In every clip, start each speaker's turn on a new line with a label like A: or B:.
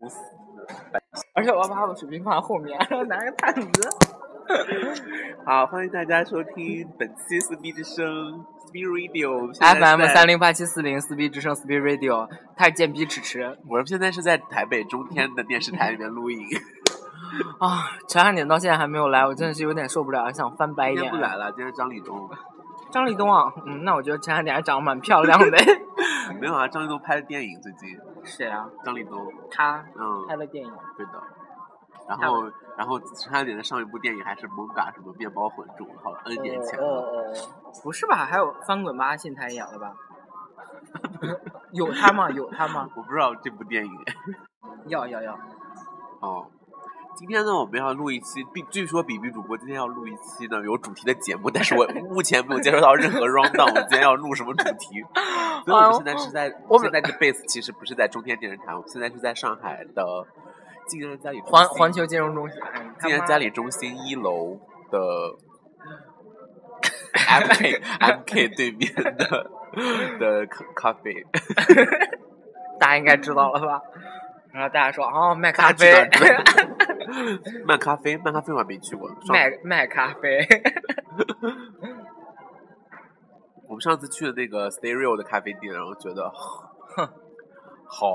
A: 毒死。
B: 而且我要把我水瓶放后面，然后拿个探子。
A: 好，欢迎大家收听本期四 B 之声 s p Radio
B: FM 三
A: 零。
B: 零八七四零四 B 之声四 B Radio，他是贱逼迟迟
A: 我们现在是在台北中天的电视台里面录音，
B: 啊！陈汉典到现在还没有来，我真的是有点受不了，想翻白
A: 今天
B: 眼
A: 不。来了，今天是张立东。
B: 张立东啊，嗯，那我觉得陈汉典还长得蛮漂亮的。
A: 没有啊，张立东拍的电影最近，
B: 谁啊？
A: 张立东，
B: 他
A: 嗯，
B: 拍了电影。
A: 对的。然后，然后陈汉典的上一部电影还是《蒙嘎》什么面包混种，好了 N 年前
B: 呃
A: 了。
B: 呃呃不是吧？还有翻滚吧，阿信他也演了吧？ 有他吗？有他 吗？
A: 我不知道这部电影。
B: 要要要！
A: 哦，今天呢，我们要录一期，据据说比比主播今天要录一期呢有主题的节目，但 是我目前没有接收到任何 round down，我们今天要录什么主题？所以我们现在是在，
B: 我
A: 现在的 base 其实不是在中天电视台，我们现在是在上海的静安嘉里中
B: 环
A: 心
B: 环球金融中心，
A: 静安嘉里中心一楼 的 M K M K 对面的的咖咖啡，
B: 大家应该知道了吧？ 然后大家说哦，卖
A: 大
B: 咖
A: 家知道
B: 啡，
A: 知道 漫咖啡，漫咖啡我还没去过，上
B: 卖卖咖啡，
A: 我们上次去的那个 Stereo 的咖啡店，然后觉得，好，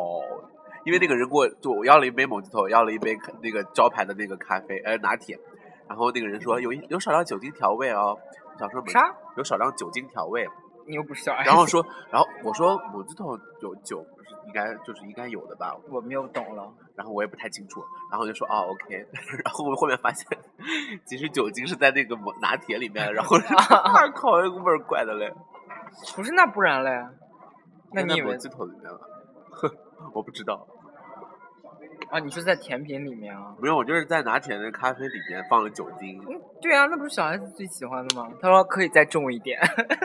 A: 因为那个人给我就我要了一杯猛鸡头，要了一杯那个招牌的那个咖啡，呃拿铁，然后那个人说有一有少量酒精调味哦，我想说猛
B: 啥？
A: 有少量酒精调味，
B: 你又不是小孩，
A: 然后说，然后我说猛鸡头有酒不是应该就是应该有的吧，
B: 我们又懂了，
A: 然后我也不太清楚，然后就说哦 OK，然 后我们后面发现，其实酒精是在那个猛拿铁里面，然后 我靠，那个味儿怪的嘞。
B: 不是那不然嘞？那
A: 在
B: 你以
A: 脖
B: 为
A: 子头里面了？我不知道，
B: 啊？你是在甜品里面啊？
A: 没有，我就是在拿铁的咖啡里面放了酒精，
B: 嗯，对啊，那不是小孩子最喜欢的吗？他说可以再重一点，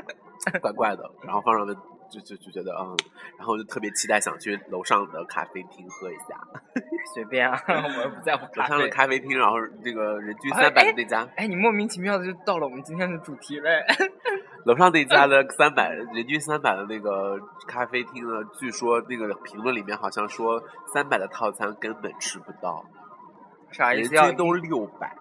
A: 怪怪的，然后放上了就就就觉得嗯，然后就特别期待想去楼上的咖啡厅喝一下，
B: 随便啊， 我又不在乎
A: 楼
B: 咖
A: 上的
B: 啡。
A: 咖啡厅，然后这个人均
B: 哎
A: 三百
B: 哎
A: 的那家，
B: 哎，你莫名其妙的就到了我们今天的主题嘞。
A: 楼上那家
B: 嗯
A: 的三百人均三百的那个咖啡厅呢，据说那个评论里面好像说三百的套餐根本吃不到，
B: 啥意
A: 人
B: 思要
A: 均都六 百，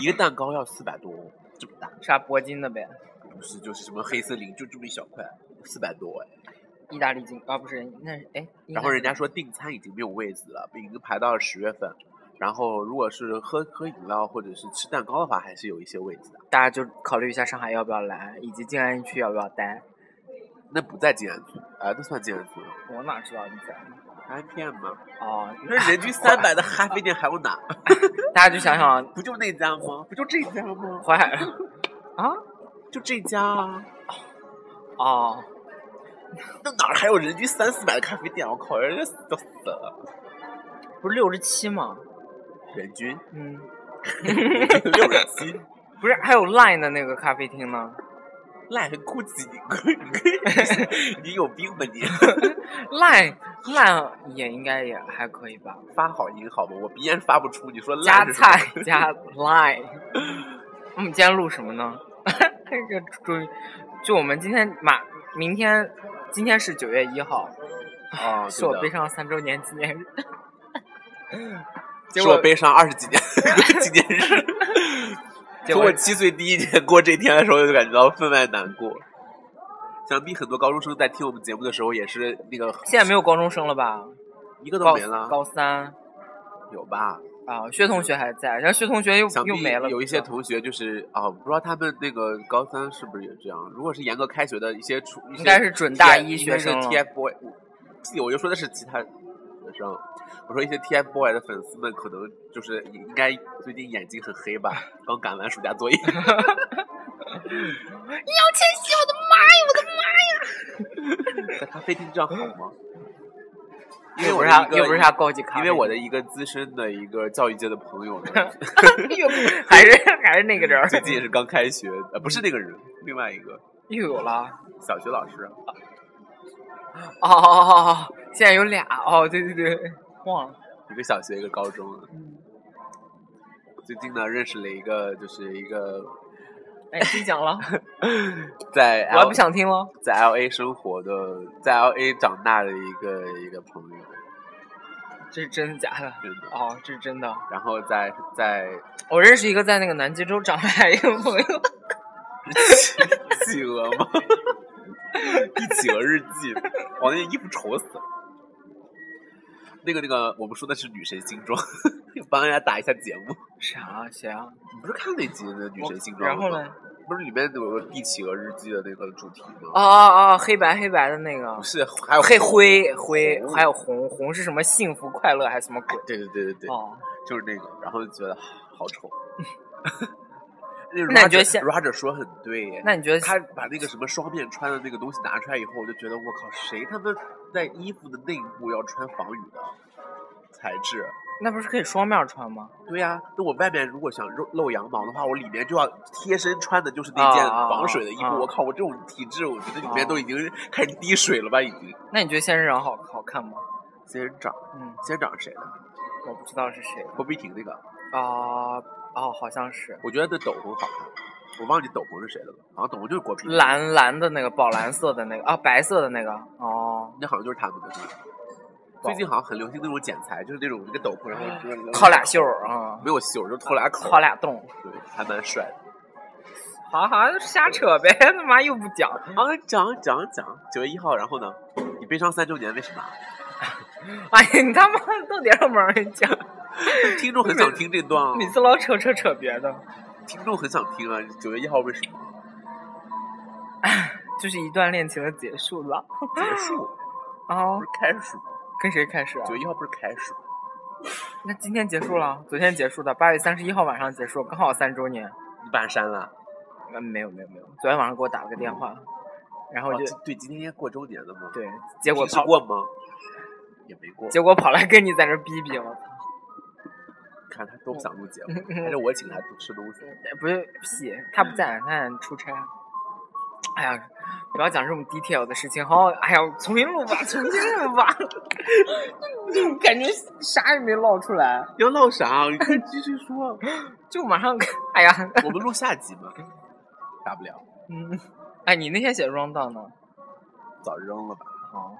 A: 一个蛋糕要四百多，这么大。
B: 啥铂金的呗？
A: 不是，就是什么黑森林，就这么一小块，四百多哎。
B: 意大利金啊，不是，那是哎。应
A: 然
B: 该
A: 后人
B: 是
A: 家说订餐已经没有位子了，已经排到了十月份。然后如果是喝喝饮料或者是吃蛋糕的话，还是有一些位子的。
B: 大家就考虑一下上海要不要来，以及静安区要不要待。
A: 那不在静安区，啊，那算静安区吗
B: 我哪知道你在？
A: ？IPM 吗？
B: 哦，
A: 那人均三百的咖啡店还有哪？
B: 大家就想想
A: 不就那家吗？不就这家吗？
B: 淮海啊，
A: 就这家啊？
B: 哦，
A: 那哪儿还有人均三四百的咖啡店？我靠，人家死都死了。
B: 不是六十七吗？
A: 人均
B: 嗯，
A: 六十七，
B: 不是，还有 Line 的那个咖啡厅呢
A: 赖很酷奇，你你有病吧你？
B: ，Line Line 也应该也还可以吧，
A: 发好音好吗？我鼻炎发不出，你说
B: 加
A: 烂是什么
B: 菜加 Line。我们今天录什么呢？ 这个终于，就我们今天马，明天，今天是九月一号，
A: 哦，
B: 是我
A: 对
B: 悲
A: 的
B: 伤三周年纪念日。结
A: 是我
B: 果
A: 悲伤二十几年 纪念日，
B: 结
A: 从
B: 果
A: 我七岁第一年过这天的时候，就感觉到分外难过。想必很多高中生在听我们节目的时候，也是那个
B: 现在没有高中生了吧？
A: 一个都
B: 高
A: 没了，
B: 高三
A: 有吧？
B: 啊，薛同学还在，然后薛同学又
A: 想必
B: 又没了，
A: 有一些同学就是啊，我不知道他们那个高三是不是也这样。如果是严格开学的一些初，一些
B: 应该是准大一学生了。
A: TFBOY，屁，我就说的是其他学生。我说一些 TFBOY 的粉丝们可能就是应该最近眼睛很黑吧，刚赶完暑假 作业。易烊千玺，我的妈呀， 我的妈呀！在咖啡厅这样好吗？因为
B: 又
A: 我
B: 不
A: 的
B: 是他
A: 一，个
B: 又不是他高级咖
A: 因
B: 啡，
A: 为我的一个资深的一个教育界的朋友呢，
B: 又 还是还是那个人 儿，
A: 最近也 是刚开学，呃，不是
B: 嗯
A: 那个人，另外一个
B: 又有了。
A: 小学老师，
B: 哦哦哦哦，现在有俩哦，对对对，嗯忘了。
A: 一个小学，一个高中。最近呢，认识了一个，就是一个
B: 哎，自己讲了，
A: 在 L,
B: 我还不想听了。
A: 在 L A 生活的，在 L A 长大的一个一个朋友。
B: 这是真的假的？
A: 真的。
B: 哦，这是真的。
A: 然后在 在
B: 我认识一个在那个南极洲长大一个朋 友，
A: 企鹅吗？一企鹅日记，哇，那衣服丑死了。那个那个，我们说的是女神新装，帮人家打一下节目。
B: 啥谁啊？
A: 你不是看那集的女
B: 我
A: 神新装
B: 然后
A: 吗？
B: 呢？
A: 不是里面有个《帝企鹅日记》的那个主题吗？
B: 哦哦哦，黑白黑白的那个
A: 不，是，还有
B: 哦黑。灰灰，
A: 红
B: 还有红红是什么？幸福快乐还是什么鬼？
A: 对对对对对，
B: 哦，
A: 就是那个，然后就觉得好 丑。那
B: 那你觉得
A: Roger-
B: 现
A: Roger 说很对耶？
B: 那你觉得
A: 他把那个什么双面穿的那个东西拿出来以后，我就觉得我靠，谁他妈在衣服的内部要穿防雨的材质？
B: 那不是可以双面穿吗？
A: 对呀、那我外面如果想露露羊毛的话，我里面就要贴身穿的就是那件
B: 啊啊
A: 防水的衣服。
B: 啊
A: 我靠，我这种体质，我觉得里
B: 啊
A: 面都已经开始滴水了吧？已经。
B: 那你觉得仙人掌好好看吗？
A: 仙人掌，
B: 嗯，
A: 仙人掌是谁的？
B: 我不知道是谁
A: 郭碧婷那个，
B: 啊、哦，好像是
A: 我觉得那斗篷好看。我忘记斗篷是谁的了，好像斗篷就是郭碧婷。
B: 蓝蓝的那个，宝蓝色的那个啊，白色的那个哦，
A: 那好像就是他们的，是吧？最近好像很流行那种剪裁，就是那种一个斗篷，然后就是
B: 靠俩袖儿啊，
A: 没有袖儿，就拖俩口，
B: 靠俩洞，
A: 对，还蛮帅的。
B: 好好瞎扯呗， 他妈又不讲，
A: 啊，讲讲讲，九月一号，然后呢？你悲伤三周年为什么啊？
B: 哎呀，你他妈到底让不让人讲？
A: 听众很想听这段啊，
B: 每次老扯扯扯别的，
A: 听众很想听啊。九月一号为什么
B: 就是一段恋情的结束了
A: 结束？
B: 啊
A: 不是开始吗？
B: 跟谁开始啊
A: 九？月一号不是开始吗？
B: 那今天结束了，昨天结束的，八月三十一号晚上结束，刚好三周年。
A: 你把它删了？
B: 嗯，没有没有没有，昨天晚上给我打了个电话，然后
A: 哦
B: 就、，
A: 对，今天过周年了吗？，
B: 对，结果
A: 你
B: 跑
A: 是过吗？也没过。
B: 结果跑来跟你在这逼逼我，
A: 看他都不想录节目，还是我请他吃东西。
B: 不是屁，他不在，他出差。哎呀，不要讲这么 detail 的事情，好好，哎呀，重新录吧，重新录吧， 就感觉啥也没唠出来，
A: 要唠啥？啊你快继续说。
B: 就马上，哎呀，
A: 我们录下集吧，大不了
B: 嗯，哎，你那天写 round down 呢？
A: 早扔了吧。
B: 哦，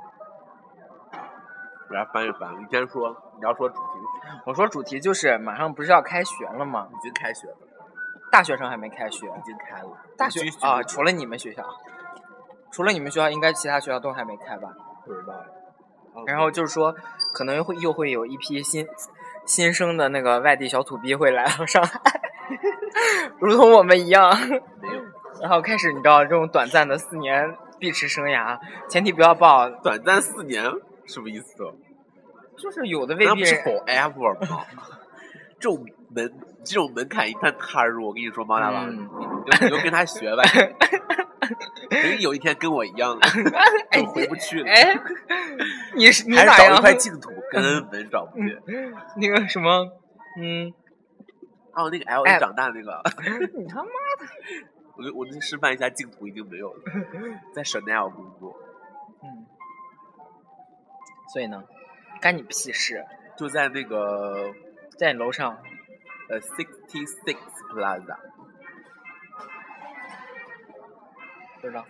A: 我来翻一翻，你先说，你要说主题，
B: 我说主题就是马上不是要开学了吗？
A: 已经开学了，
B: 大学生还没开学，
A: 已经开了，
B: 大学啊、除了你们学校，除了你们学校，应该其他学校都还没开吧？
A: 不知道。
B: 然后就是说，可能会又会有一批新新生的那个外地小土逼会来 到上海，如同我们一样，
A: 没有
B: 然后开始你知道这种短暂的四年碧池生涯，前提不要报，
A: 短暂四年什么意思？啊
B: 就是有的未
A: 那
B: 必
A: 不是 forever 吗？这种门这种门槛一旦踏入，我跟你说，猫大王，你
B: 嗯
A: 就你就跟他学 吧，人有一天跟我一样了，就回不去了，
B: 哎，你是你嗯
A: 还
B: 咋
A: 是找一
B: 样？
A: 块净土，根本找不见。
B: 那个什么，嗯，
A: 哦，那个 L
B: 哎
A: A 长大那个，
B: 你他妈
A: 我就我就示范一下，净土已经没 有了，在 Chanel 工作，
B: 嗯，所以呢，干你屁事，
A: 就在那个
B: 在你楼上。
A: 呃 Sixty Six Plaza，
B: 不知道，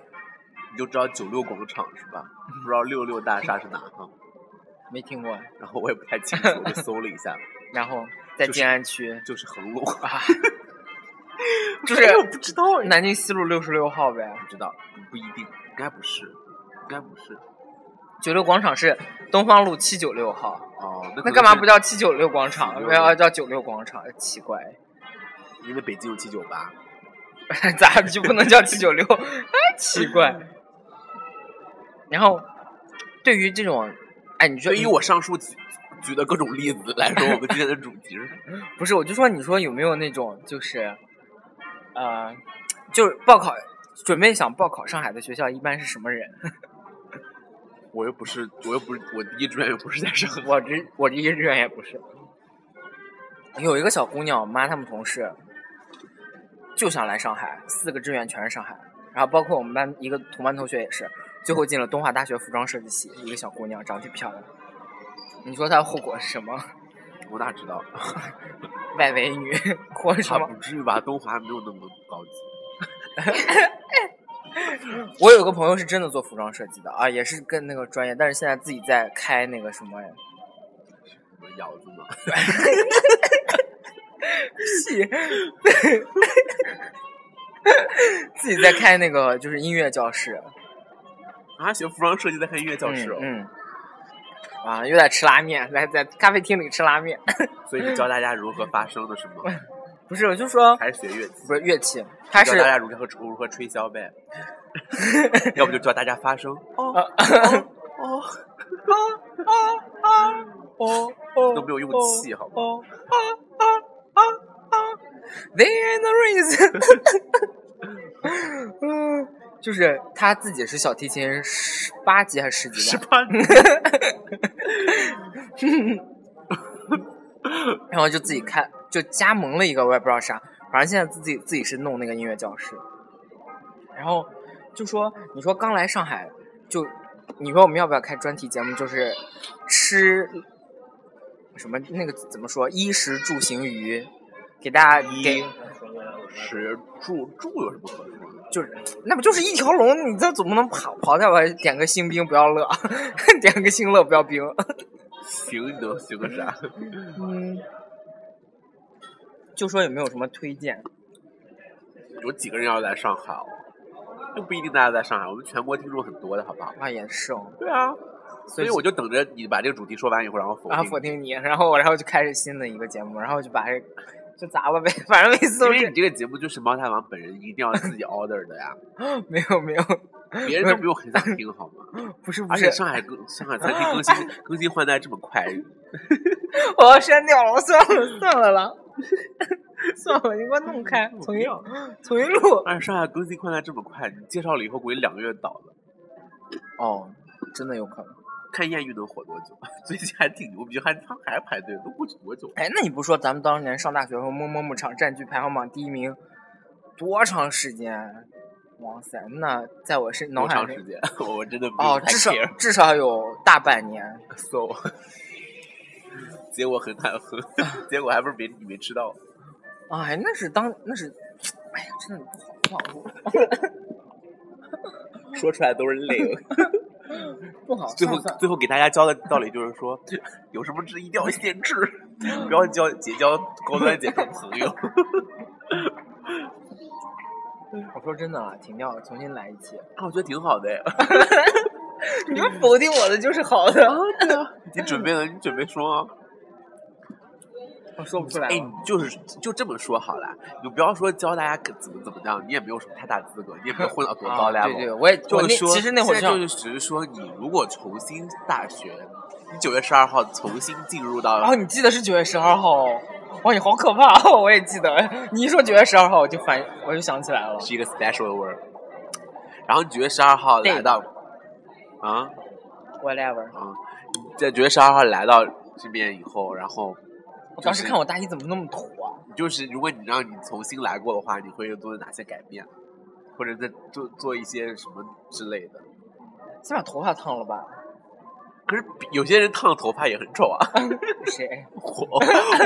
A: 你就知道九六广场是吧？不知道六六大厦是哪哈？
B: 没听过。
A: 然后我也不太清楚，我就搜了一下，
B: 然后在
A: 就是
B: 静安区，
A: 就是恒隆，
B: 啊
A: 啊
B: 就
A: 哎我不
B: 是
A: 知道哎，
B: 南京西路六十六号呗。
A: 不知道，不一定，应该不是，应该不是。
B: 九六广场是东方路七九六号，
A: 哦，那
B: 那干嘛不
A: 叫？
B: 叫七九六广场？
A: 996
B: 不要叫九六广场，奇怪，
A: 因为北京有七九八，
B: 咋就不能叫七九六？ 哎，奇怪。然后，对于这种，哎，你说
A: 对于我上述举举的各种例子来说，我们今天的主题是什么？
B: 不是，我就说你说有没有那种就是，呃，就是报考准备想报考上海的学校，一般是什么人？
A: 我又不是，我又不是，我第一志愿又不是在上海。
B: 我这我这一志愿也不是。有一个小姑娘，我妈他们同事就想来上海，四个志愿全是上海，然后包括我们班一个同班同学也是，最后进了东华大学服装设计系，一个小姑娘长得漂亮。你说她的后果是什么？
A: 我哪知道？
B: 外围女或者什
A: 他
B: 么？
A: 不至于吧？东华没有那么高级。
B: 我有个朋友是真的做服装设计的啊，也是跟那个专业，但是现在自己在开那个什么
A: 窑子呢？
B: 屁！ 自己在开那个就是音乐教室，
A: 啊，学服装设计在看音乐教室哦，
B: 嗯，嗯啊，又在吃拉面，在在咖啡厅里吃拉面，
A: 所以你教大家如何发声的是吗？
B: 不是，我就说
A: 还是学乐 器？
B: 不是乐器，它
A: 教
B: 是
A: 大家如何如何吹箫呗？要不就教大家发声，哦
B: 啊
A: 哦，
B: 哦哦
A: 都没有用气好吗
B: 哦啊啊啊啊！There is a reason 。嗯， 就是他自己是小提琴十八级还哦是十级
A: 十
B: 的，
A: 八年
B: 然后就自己开就加盟了一个，我也不知道啥，反正现在自己自己是弄那个音乐教室，然后就说你说刚来上海就你说我们要不要开专题节目，就是吃什么那个怎么说衣食住行娱，给大家给。
A: 十住住有什么可说的？
B: 就是那不就是一条龙？你这总不能跑跑在我点个新兵不要乐， 点个新乐不要兵。
A: 行，你能行个啥？
B: 嗯，就说有没有什么推荐？
A: 有几个人要来上海哦？又不一定大家在上海，我们全国听众很多的好不好？
B: 啊，也是哦。
A: 对啊，所
B: 所
A: 以我就等着你把这个主题说完以后，然后否定。
B: 啊否定你，然后我然后就开始新的一个节目，然后就把这就砸了呗。反正每次
A: 因
B: 都
A: 为你
B: 是
A: 这个节目就是猫大王本人一定要自己 order 的 呀，
B: 没有没有，
A: 别人都没有很想听好吗？
B: 不是不
A: 而且
B: 是，
A: 上海更上海餐厅更新更新换代这么快，
B: 我要删掉了，算了算了了， 算了，你给我弄开，
A: 嗯
B: 重新重新录。
A: 而且上海更新换代这么快，你介绍了以后估计两个月倒了。
B: 哦，真的有可能。
A: 看艳遇能火多久？ 最近还挺牛逼，还他们还排队，都过去多久？
B: 哎，那你不说咱们当年上大学时候，摸摸牧场占据排行榜第一名多长时间？哇塞，那在我是脑
A: 多
B: 海
A: 长
B: 里
A: 时间？ 我真的没有
B: 哦，
A: 太
B: 至少
A: care
B: 至少有大半年。
A: so，结果很难喝， 结果还不是没你没吃到。
B: 哎，那是当那是，哎呀，真的不好不好说。
A: 说出来都是泪。
B: 不好
A: 最
B: 算
A: 后
B: 算，
A: 最后给大家教的道理就是说，有什么事一定要限制，
B: 嗯
A: 不要交结交高端姐这种朋 友。
B: 我说真的啊，停掉了，重新来一期。
A: 啊，我觉得挺好的哎。
B: 你们否定我的就是好的，
A: 你准备了，你准备说啊？
B: 我说不出来
A: 哎，你
B: 了。
A: 就是就这么说好了，你不要说教大家可怎么怎么样，你也没有什么太大资格，你也没有混到多高
B: 啊
A: level。
B: 对对，我也
A: 就
B: 我
A: 是
B: 那
A: 说，
B: 其实那会儿
A: 现在就是只是说，你如果重新大学，你九月十二号重新进入到
B: 哦，你记得是九月十二号哦，哇，你好可怕哦！我也记得， 你一说九月十二号，我就反我就想起来了。
A: 是一个 special word，然后九月十二号来到啊，
B: Whatever，
A: 在九月十二号来到这边以后，然后
B: 我当时
A: 就是
B: 看我大一怎么那么土啊？
A: 你就是如果你让你重新来过的话，你会做哪些改变，或者再做做一些什么之类的？
B: 先把头发烫了吧？
A: 可是有些人烫头发也很丑啊，
B: 谁？
A: 我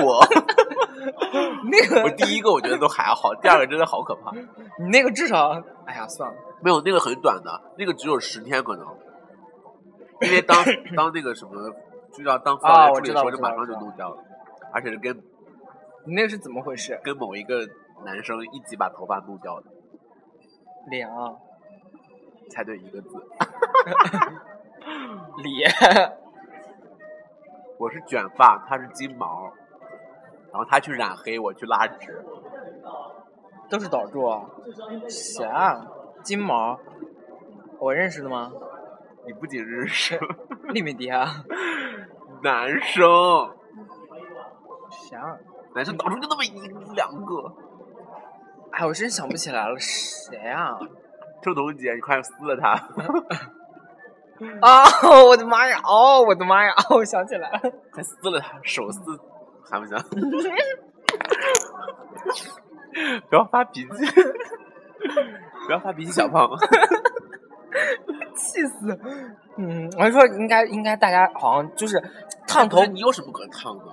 A: 我
B: 那
A: 我
B: 个
A: 第一个我觉得都还好，第二个真的好可怕。
B: 你那个至少，哎呀，算了，
A: 没有，那个很短的，那个只有十天可能，因为 当当那个什么，就要当放
B: 啊
A: 在
B: 我
A: 处理
B: 知
A: 的时候，
B: 道我
A: 就
B: 知
A: 马
B: 道
A: 上
B: 我
A: 就
B: 知道
A: 弄掉了，而且是跟
B: 你那个是怎么回事？
A: 跟某一个男生一起把头发弄掉的，
B: 脸啊，
A: 猜对一个字。
B: 脸，
A: 我是卷发，他是金毛，然后他去染黑，我去拉直。
B: 都是岛住啊？谁啊？金毛，我认识的吗？
A: 你不仅认识
B: 利美迪啊？
A: 男生，
B: 谁啊？
A: 男生当中就那么一两个。
B: 哎，我真想不起来了，谁啊？
A: 郑彤姐，你快撕了他！
B: 啊、我的妈呀！哦，我的妈呀！哦，我想起来了，
A: 快撕了他，手撕还不行， 不要发脾气， 不要发脾气，小胖。
B: 气死！嗯，我就说应该应该大家好像就是烫头
A: 不是，你有什么可烫的？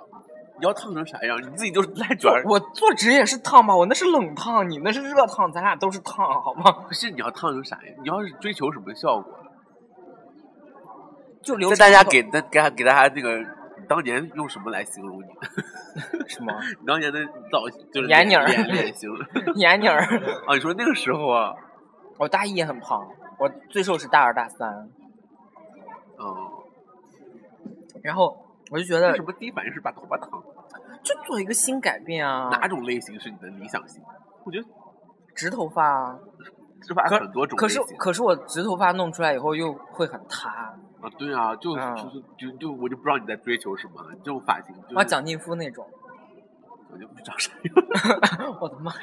A: 你要烫成啥样？你自己就是赖卷儿。
B: 我做职也是烫吧，我那是冷烫，你那是热烫，咱俩都是烫，好吗？
A: 不是你要烫成啥样？你要是追求什么效果？
B: 就留
A: 在大家
B: 长头
A: 给大给给大家这个你当年用什么来形容你？
B: 什么
A: 你当年的造型就是
B: 眼影儿
A: 脸脸型
B: 眼影儿？
A: 啊？你说那个时候啊，
B: 我大一也很胖，我最瘦是大二大三，
A: 嗯，
B: 然后我就觉
A: 为
B: 得
A: 什么第一反应是把头发烫了？
B: 就做一个新改变啊，
A: 哪种类型是你的理想型？我觉得
B: 直头发啊。
A: 直发
B: 可
A: 很多种
B: 可
A: 类
B: 是
A: 型
B: 可是我直头发弄出来以后又会很塌，
A: 啊，对啊，就
B: 嗯
A: 就是就就我就不知道你在追求什么，你这种发型就是
B: 我蒋劲夫那种，
A: 我就不知道啥用。
B: 我的妈呀，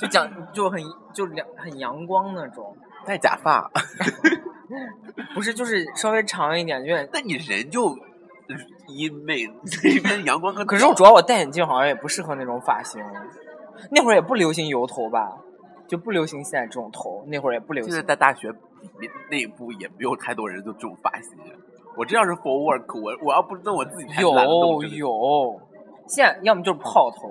B: 就蒋就很就两很阳光那种，
A: 戴假发，
B: 不是就是稍微长一点，有点。
A: 那你人就 阴昧，这边阳光和
B: 可是我主要我戴眼镜好像也不适合那种发型，那会儿也不流行油头吧，就不流行现在这种头，那会儿也不流
A: 现
B: 行
A: 在。在大学里内部也没有太多人就这种发型。我这要是 for work，我我要不弄我自己太懒得弄
B: 有
A: 这个
B: 有，现在要么就是泡头，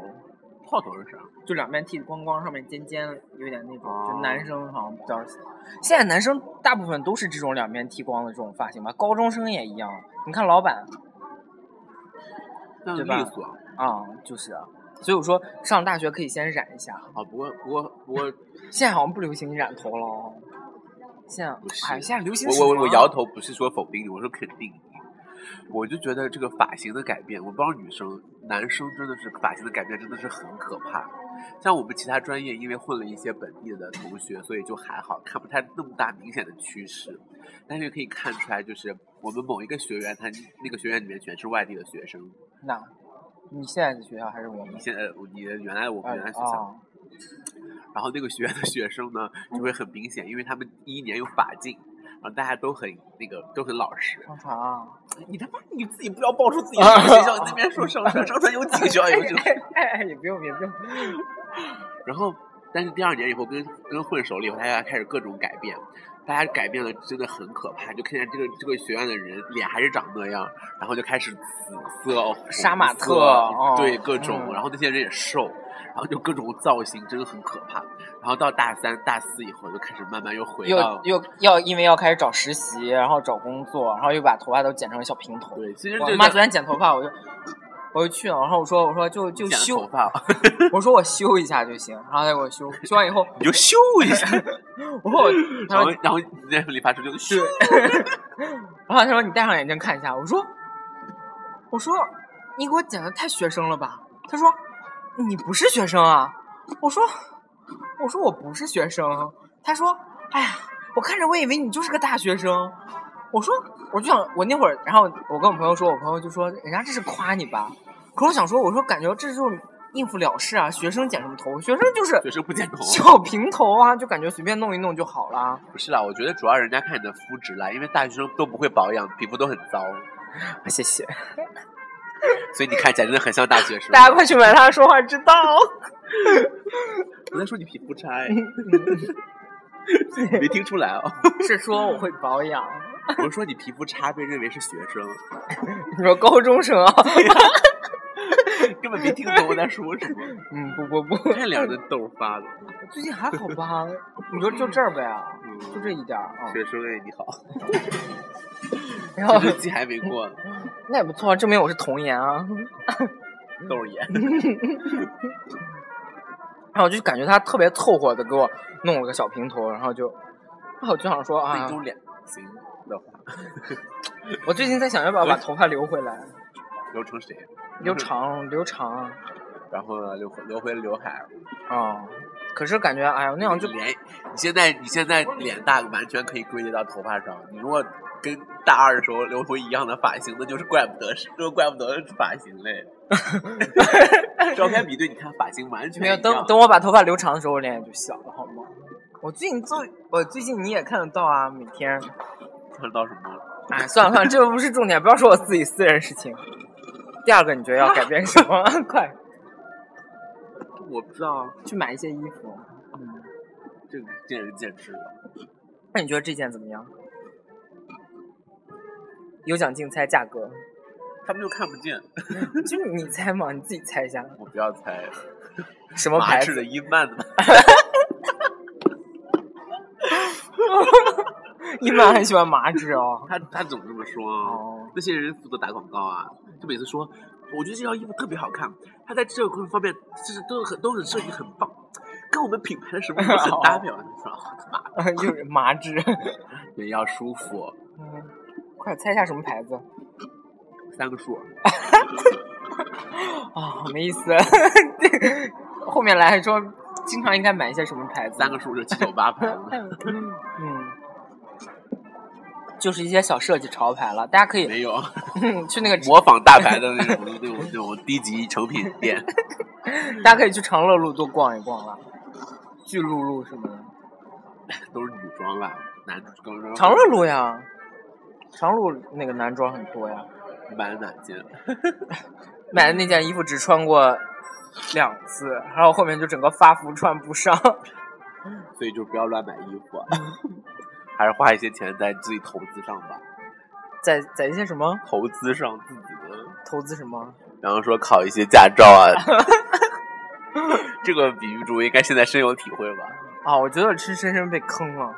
A: 泡头是啥？
B: 就两边剃得光光，上面尖尖，有点那种，
A: 哦
B: 就男生好像比较。现在男生大部分都是这种两边剃光的这种发型吧，高中生也一样。你看老板
A: 那
B: 对吧
A: 利索啊！
B: 啊、就是，所以我说上大学可以先染一下。
A: 啊不过不过不过，
B: 现在好像不流行染头了哦，现在
A: 是
B: 哎，现在流行
A: 我我
B: 什
A: 我
B: 么
A: 摇头不是说否定你，我说肯定你。我就觉得这个发型的改变，我不知道女生、男生真的是发型的改变真的是很可怕。像我们其他专业，因为混了一些本地的同学，所以就还好，看不太那么大明显的趋势。但是可以看出来，就是我们某一个学员，他那个学院里面全是外地的学生。
B: 那，你现在的学校还是我们
A: 你？现在你的原来我们
B: 啊
A: 原来学校，
B: 啊，
A: 然后那个学院的学生呢，就会很明显，因为他们第一年有法禁，然后大家都很那个都很老实。
B: 上传啊！
A: 你他妈你自己不要爆出 自己的 学校，你那边说上传，上传有几个学校有这个。
B: 哎哎哎，也不用也不用，
A: 然后，但是第二年以后跟跟混熟了以后，大家开始各种改变，大家改变的真的很可怕，就看见这个这个学院的人脸还是长那样，然后就开始紫色、红色
B: 杀马特哦
A: 对各种，
B: 嗯
A: 然后那些人也瘦。然后就各种造型真的很可怕，然后到大三、大四以后就开始慢慢又回到
B: 又又要因为要开始找实习，然后找工作，然后又把头发都剪成小平头。
A: 对，其实
B: 我
A: 这
B: 妈
A: 个
B: 昨天剪头发，我就我就去了，然后我说我说就就
A: 剪
B: 修
A: 头，发，
B: 我说我修一下就行，然后她给我修，修完以后，
A: 你就咻一 下，
B: 我 说我，
A: 然
B: 她
A: 后
B: 说
A: 然后你在理发师就 咻，
B: 然后她说你戴上眼镜看一下，我说我说你给我剪的太学生了吧？她说你不是学生啊，我说我说我不是学生，她说哎呀，我看着我以为你就是个大学生。我说，我就想，我那会儿，然后我跟我朋友说，我朋友就说，人家这是夸你吧？可我想说，我说感觉这就是应付了事啊，学生剪什么头？学生就是
A: 学生不剪 头。
B: 小平头啊，就感觉随便弄一弄就好了。啊
A: 不是啦，我觉得主要人家看你的肤质啦，因为大学生都不会保养，皮肤都很糟，
B: 啊谢谢
A: 所以你看起来真的很像大学生。
B: 大家，快去买他的说话之道。
A: 我在说你皮肤差、哎，没听出来哦。
B: 是说我会保养，
A: 我说你皮肤差被认为是学生，
B: 你说高中生啊？
A: 根本没听懂我在说什么，
B: 嗯，不不不，
A: 看两人痘发了。
B: 最近还好吧？你说就这儿呗啊，
A: 嗯，
B: 就这一点儿啊。
A: 学生哎，你 好，
B: 然后
A: 这学期还没过呢，
B: 那也不错，证明我是童颜啊。嗯
A: 痘眼。
B: 然后我就感觉他特别凑合的给我弄了个小平头，然后就，啊，我就想说
A: 那
B: 啊
A: 你，就脸型的话，
B: 我最近在想要不要把头发留回来，
A: 留成谁？
B: 留。长留长啊。
A: 然后呢，留回留回刘海。
B: 啊可是感觉哎呀那样就
A: 脸，你现在你现在脸大完全可以归结到头发上。你如果跟大二的时候留出一样的发型，那就是怪不得是，就怪不得是发型 嘞。照片比对，你看发型完全
B: 没有
A: 一
B: 等
A: 样
B: 等我把头发留长的时候，我脸也就小了好吗？我最近做，我最近你也看得到啊，每天。
A: 看到什么？
B: 哎，算了算了，这不是重点，不要说我自己私人事情。第二个，你觉得要改变什么？ 快
A: 我不知道，
B: 去买一些衣服。嗯，
A: 这个见仁见智了。
B: 那你觉得这件怎么样？有奖竞猜价格。
A: 他们又看不见，
B: 就你猜嘛，你自己猜一下，
A: 我不要猜
B: 什么
A: 马
B: 牌
A: 氏
B: 子？
A: 的伊曼的吧。
B: 你们很喜欢麻纸哦。
A: 他他总这么说啊、
B: 哦，
A: 那些人负责打广告啊，就每次说，我觉得这套衣服特别好看，它在这个方面就是都很都很设计很棒，跟我们品牌的什么什么很 搭配。我就说啊干嘛？
B: 就是麻纸。
A: 人要舒服，
B: 嗯，快猜一下什么牌子
A: 三个数，
B: 啊？没意思。 对后面来还说，经常应该买一些什么牌子？
A: 三个数就是七九八牌
B: 嗯，就是一些小设计潮牌了，大家可以
A: 没有
B: 去那个，
A: 模仿大牌的那 种那种那种低级成品店。
B: 大家可以去长乐路多逛一逛了，巨鹿路什么的。
A: 都是女装啦，男装
B: 长乐路呀，长乐路那个男装很多呀。
A: 买了哪件？
B: 买的那件衣服只穿过两次，然后后面就整个发福穿不上。
A: 所以就不要乱买衣 服啊，还是花一些钱在自己投资上吧，
B: 在在一些什么
A: 投资上自己的，
B: 投资什么？
A: 比方说考一些驾照啊。 这个比喻主应该现在深有体会吧？
B: 啊，我觉得是深深被坑了。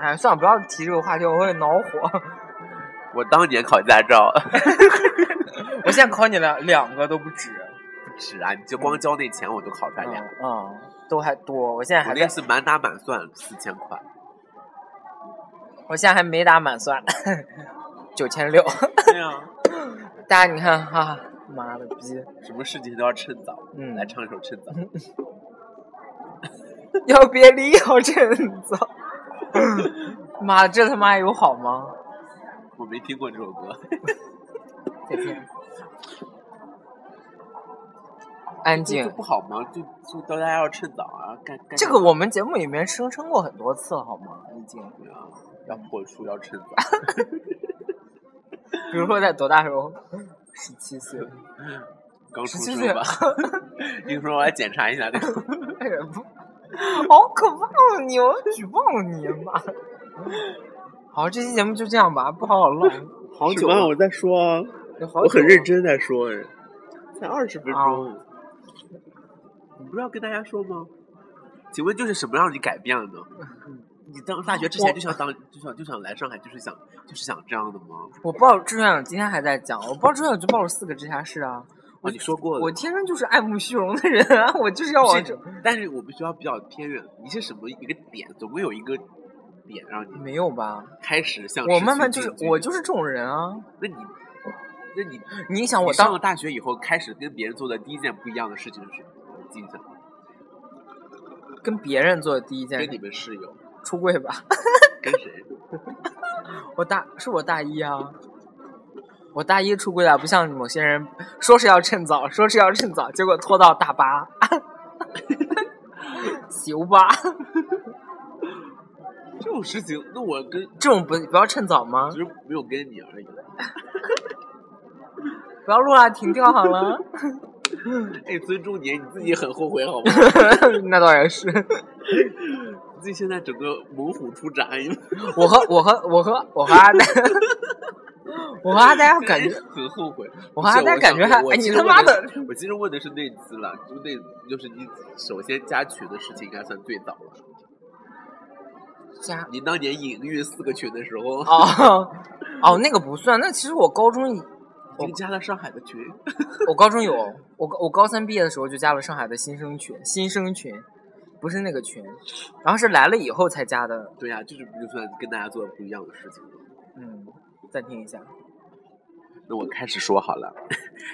B: 哎，算了，不要提这个话题，我会恼火。
A: 我当年考驾照
B: 我现在考你两两个都不止，
A: 不止啊，你就光交那钱我就考出来
B: 嗯
A: 俩，
B: 嗯，都还多。我现在
A: 我
B: 还
A: 那
B: 在，
A: 次满打满算四千块，
B: 我现在还没打满算，九千六。
A: 对啊，
B: 大家你看哈、啊，妈了逼，
A: 什么事情都要趁早，
B: 嗯
A: 来唱一首《趁早》，
B: 要别离要趁早。 妈，这他妈有好吗？
A: 我没听过这首歌，
B: 再见。安
A: 这
B: 静
A: 不，好吗？就就大家要趁早啊，干干
B: 这个我们节目里面声称过很多次，好吗？已经，
A: 对啊，要破处要 趁早。
B: 比如说在多大时候，十七岁，
A: 刚出
B: 17
A: 生
B: 岁
A: 吧？你说我来检查一下那个，
B: 哎呀不，好可怕哦！你，我举报你妈！好，这期节目就这样吧，不好好唠，好久了，
A: 在说、啊，
B: 有好久了
A: 真在说，才二十分
B: 钟
A: 你不是要跟大家说吗？请问就是什么让你改变了呢？
B: 嗯
A: 你当大学之前就想当就想就想来上海，就是想就是想这样的吗？
B: 我报志愿了，今天还在讲，我报志愿了就报了四个直辖市啊！
A: 啊，你说过的。
B: 我天生就是爱慕虚荣的人啊，我就是要
A: 不
B: 往
A: 是
B: 这。
A: 但是我们学校比较偏远，你是什么一个点？总会有一个点让你
B: 没有吧？
A: 开始向
B: 我
A: 市
B: 慢
A: 区
B: 慢就是
A: 进军
B: 我就是这种人啊！
A: 那你那你
B: 你想
A: 我
B: 我
A: 上了
B: 当
A: 大学以后，开始跟别人做的第一件不一样的事情是什么？印象
B: 跟别人做的第一件
A: 跟你
B: 事
A: 们室友，
B: 出柜吧？
A: 跟谁？
B: 我大是我大一啊，我大一出柜的，不像某些人说是要趁早，说是要趁早，结果拖到大八， 行吧？
A: 这种事情，那我跟
B: 这种不不要趁早吗
A: 只？是没有跟你啊而已。
B: 不要录了，停掉好了。
A: 哎，尊重你，你自己很后悔好吗？
B: 那倒也是。
A: 你自己现在整个猛虎出闸，因为
B: 我和我和我和我和阿呆， 我和阿 呆感觉，
A: 很后悔。
B: 我
A: 不
B: 和
A: 是
B: 阿呆感觉还，
A: 我
B: 哎，
A: 其
B: 你
A: 实
B: 他
A: 问
B: 妈
A: 的
B: 的，
A: 是！我其实问的是那次了，就那就是你首先加群的事情，应该算最早了。
B: 家
A: 你当年隐喻四个群的时候，
B: 哦哦，那个不算。那其实我高中
A: 已经加了上海的群。
B: 我高中有，我高我高三毕业的时候就加了上海的新生群，新生群不是那个群，然后是来了以后才加的。
A: 对呀、就是不就算跟大家做的不一样的事情吗？
B: 嗯，暂停一下，
A: 那我开始说好了，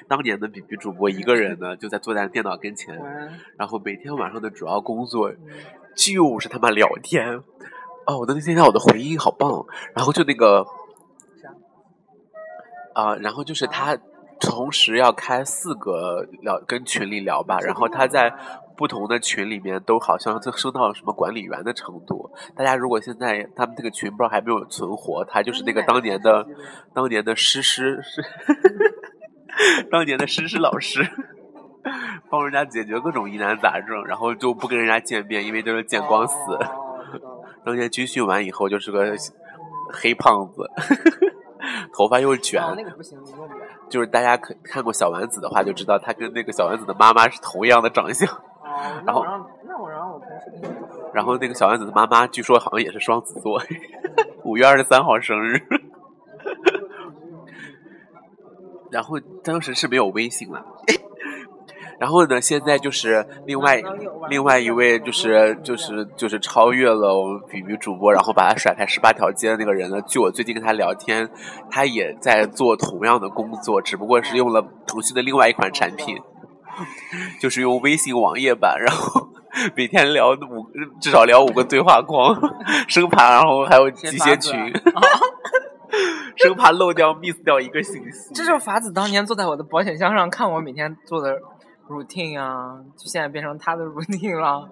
A: 当年的比比主播一个人呢，就在坐在电脑跟前，
B: 嗯
A: 然后每天晚上的主要工作就是他妈聊天。哦，我的那天我的回音好棒，然后就那个
B: 啥，
A: 啊、然后就是他同时要开四个聊跟群里聊吧，然后他在不同的群里面都好像就升到了什么管理员的程度。大家如果现在他们这个群不知道还没有存活，他嗯就是那个当年的。当年的诗诗是，当年的诗诗老师，帮人家解决各种疑难杂症，然后就不跟人家见面，因为都是见光死。
B: 哦
A: 当年军训完以后就是个黑胖子， 头发又卷，
B: 哦那个不行，你用不了。
A: 就是大家可看过小丸子的话就知道，他跟那个小丸子的妈妈是同样的长相。
B: 哦，
A: 然后
B: 让那我让我同事给你。
A: 然后那个小丸子的妈妈据说好像也是双子座， 五月二十三号生日。 然后当时是没有微信了。 然后呢，现在就是另外另外一位就是就是就是超越了我们比比主播，然后把他甩开十八条街的那个人呢。据我最近跟他聊天，他也在做同样的工作，只不过是用了腾讯的另外一款产品，就是用微信网页版，然后。 每天聊五，至少聊五个对话框，生怕然后还有集
B: 发
A: 协
B: 出
A: 群
B: 来，
A: 生怕漏掉 miss 掉一个信息。
B: 这就是法子当年坐在我的保险箱上看我每天做的 routine 啊，就现在变成他的 routine 了。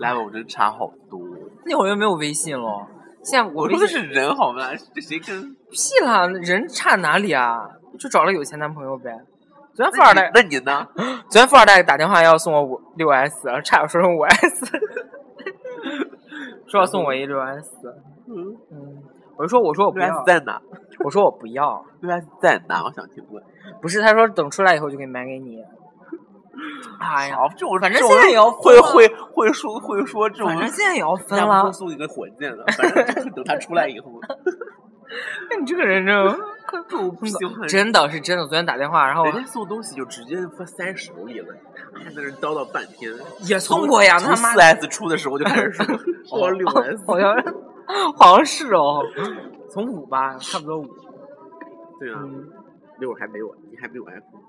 A: 来，我真差好多。
B: 那会儿又没有微信了，现在我
A: 我
B: 微
A: 说的
B: 信
A: 是人好吗？这谁跟？
B: 屁啦，人差哪里啊？就找了有钱男朋友呗。昨天富二代，
A: 那你呢？
B: 昨天富二代打电话要送我五六 S，差点说成五 S，说要送我一六 S。
A: 嗯，
B: 嗯，我就说我说我不
A: 对啊
B: 要，
A: 在哪？
B: 我说我不要，
A: 对啊，在哪？我想听问。
B: 不是他说等出来以后就给买给你。哎呀，
A: 好，这种
B: 反正
A: 这种
B: 现在也要
A: 会
B: 分了
A: 会会说会说这种，
B: 反正现在也要分
A: 人家不
B: 了
A: 是。送一个火箭的，反正等他出来以 后，
B: 那你这个人真快被
A: 不
B: 我碰
A: 喜
B: 到，
A: 欢
B: 真的是真的。昨天打电话，然后
A: 人家送东西就直接分塞手里了，还在那儿叨叨半天。
B: 也送过呀，他
A: 从
B: 妈
A: 四 S 出的时候就开 始说
B: 哦
A: 说六 S，
B: 好像 好像是哦，从五吧，差不多五。
A: 对啊，
B: 嗯，
A: 六还没有，你还没有 iPhone。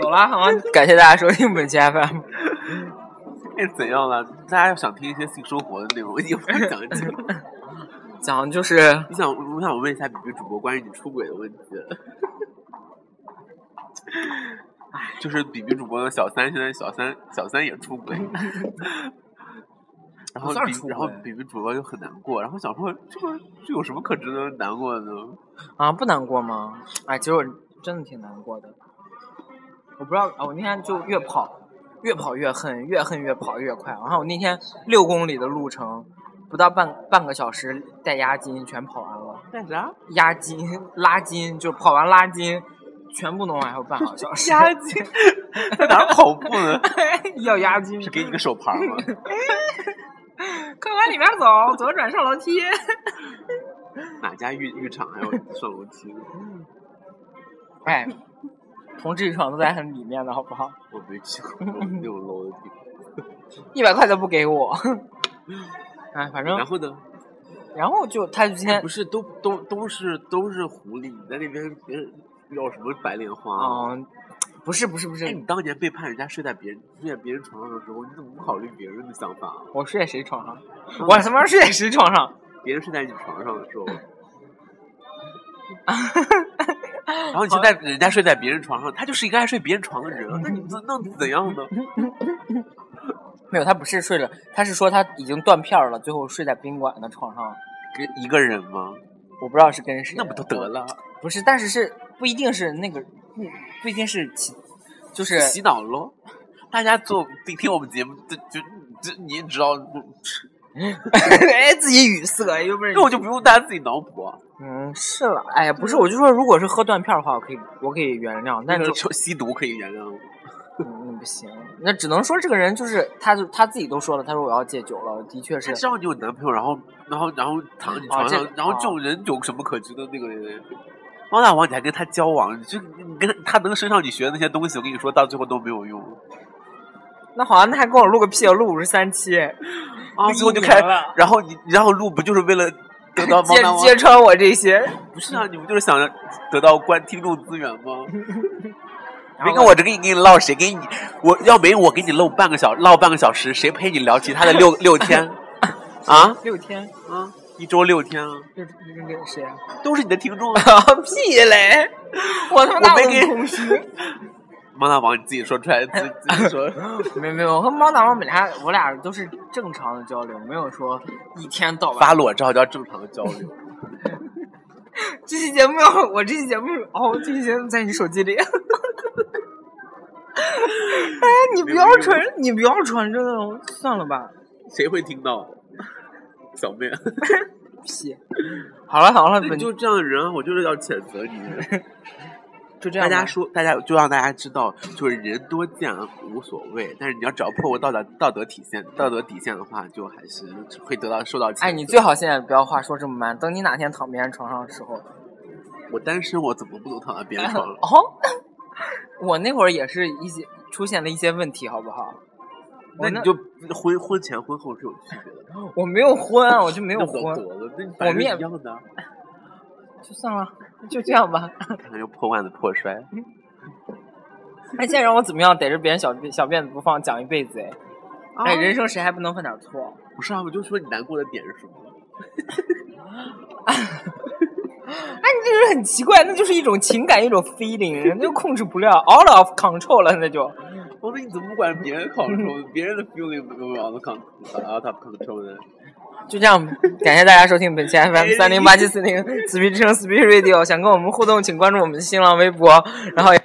B: 走啦，好吗？感谢大家收听本期 FM。
A: 哎，怎样了？大家要想听一些性生活的内容，你不要讲这个。
B: 讲就是
A: 你想，我想问一下比比主播关于你出轨的问题。 就是比比主播的小三，现在小三小三也出轨，然
B: 不
A: 后
B: 算
A: 比
B: 出
A: 然后
B: 轨
A: 比比主播就很难过，然后想说这个这有什么可值得难过的呢？
B: 啊，不难过吗？哎，其实我真的挺难过的。我不知道啊，我那天就越跑越跑越恨，越恨越跑越快。然后我那天六公里的路程，不到半半个小时，带押金全跑完了。
A: 干 啥？
B: 押金、拉筋，就跑完拉筋，全部弄完还有半个小时。
A: 押金在哪儿跑步呢？
B: 要押金，
A: 是给你个手牌吗？
B: 快往里面走，左转上楼梯。
A: 哪家浴浴场还有上楼梯呢？
B: 哎，同志浴场都在很里面的好不好？
A: 我没去过那种 low 的地
B: 一百块都不给我。 哎，反
A: 方。然
B: 正
A: 后呢？
B: 然后就他就今天
A: 不是都都都是都是狐狸，你在那边别人要什么白莲花？
B: 嗯，不是不是不
A: 哎，你
B: 是，
A: 当年背叛人家睡在别人睡在别人床上的时候，你怎么不考虑别人的想法啊？
B: 我睡在谁床上？
A: 嗯
B: 我他妈睡在谁床上？
A: 别人睡在你床上的时 候，然后你现在人家睡在别人床上，他就是一个爱睡别人床的人，啊那你能能怎样呢？
B: 没有，他不是睡了，他是说他已经断片儿了，最后睡在宾馆的床上。
A: 跟一个人吗？
B: 我不知道是跟谁，
A: 那不就得了？
B: 不是，但是是不一定是那个，不不一定是其，就是
A: 洗脑喽！大家做听我们节目，就就就你也知道，
B: 哎自己语塞，又不是
A: 那我就不用大家自己脑补。啊
B: 嗯是了，哎呀不是，我就说如果是喝断片儿的话，我可以我可以原谅，但
A: 那
B: 是
A: 就吸毒可以原谅我。
B: 嗯嗯不行，那只能说这个人就是他就他自己都说了，他说我要戒酒了，的确是
A: 他知道你有男朋友，然后然后然后躺你床
B: 哦这
A: 上
B: 个，
A: 然后这种人有什么可值得那个人？汪大王，你还跟他交往？你这你跟他他能身上你学的那些东西，我跟你说，到最后都没有用。
B: 那好啊，那还跟我录个屁啊，录五十三期，
A: 啊，
B: 录
A: 最后
B: 一
A: 就
B: 年
A: 开
B: 哦了，
A: 然后你然后录不就是为了得 到汪
B: 揭
A: 大王？
B: 揭穿我这些，
A: 不是啊，你不就是想着得到观听众资源 吗？
B: 然
A: 没
B: 后
A: 跟我这跟你跟你唠，谁跟你？我要没我跟你唠半个小唠半个小时，谁陪你聊其他的六六天？ 啊
B: 六天
A: 啊，一周六天啊，
B: 六那个谁啊？
A: 都是你的听 众啊！
B: 屁嘞！ 我他妈
A: 我没
B: 哪有
A: 给
B: 那么空虚。
A: 猫大王，你自己说出来，自己自己说。
B: 没没有，我和猫大王本来我俩都是正常的交流，没有说一天到晚。
A: 发裸照叫正常的交流，
B: 这期节目，我这期节目哦，这期节目在你手机里。 哎，你不要传，你不要传这种，算了吧，
A: 谁会听到？小妹，
B: 屁。好了好了，
A: 你
B: 本
A: 啊就这样的人，我就是要谴责你。
B: 就这
A: 大
B: 样吧。
A: 家说，大家就让大家知道，就是人多见无所谓，但是你要只要破过道德道德底线，道德底线的话，就还是会得到受到。
B: 哎，你最，好现在不要话说这么满，等你哪天躺别人床上的时候，
A: 我单身，我怎么不能躺在别人 床上？
B: 哦，我那会儿也是一些出现了一些问题，好不好？我
A: 那你就婚婚前婚后是有区别的，
B: 我没有婚啊，我就没
A: 没
B: 有
A: 多
B: 婚，
A: 了，那反正
B: 我们也
A: 一样 的，啊
B: 就算了，就这样吧。
A: 看看又破罐子破摔。
B: 哎，现在让我怎么样逮着别人小辫小辫子不放，讲一辈子哎！
A: 啊
B: 哎，人生谁还不能犯点错？
A: 不是啊，我就说你难过的点是什么？
B: 哎，你这人很奇怪，那就是一种情感，一种 feeling，那就控制不了，out of control 了，那就。
A: 我说你怎么不管别人 control，别人的 feeling 怎么 out of control，out of 啊 control 呢？
B: 就这样，感谢大家收听本期
A: 哎
B: FM 三零八七四零 Speed 之声 Speed Radio。想跟我们互动，请关注我们的新浪微博，然后也。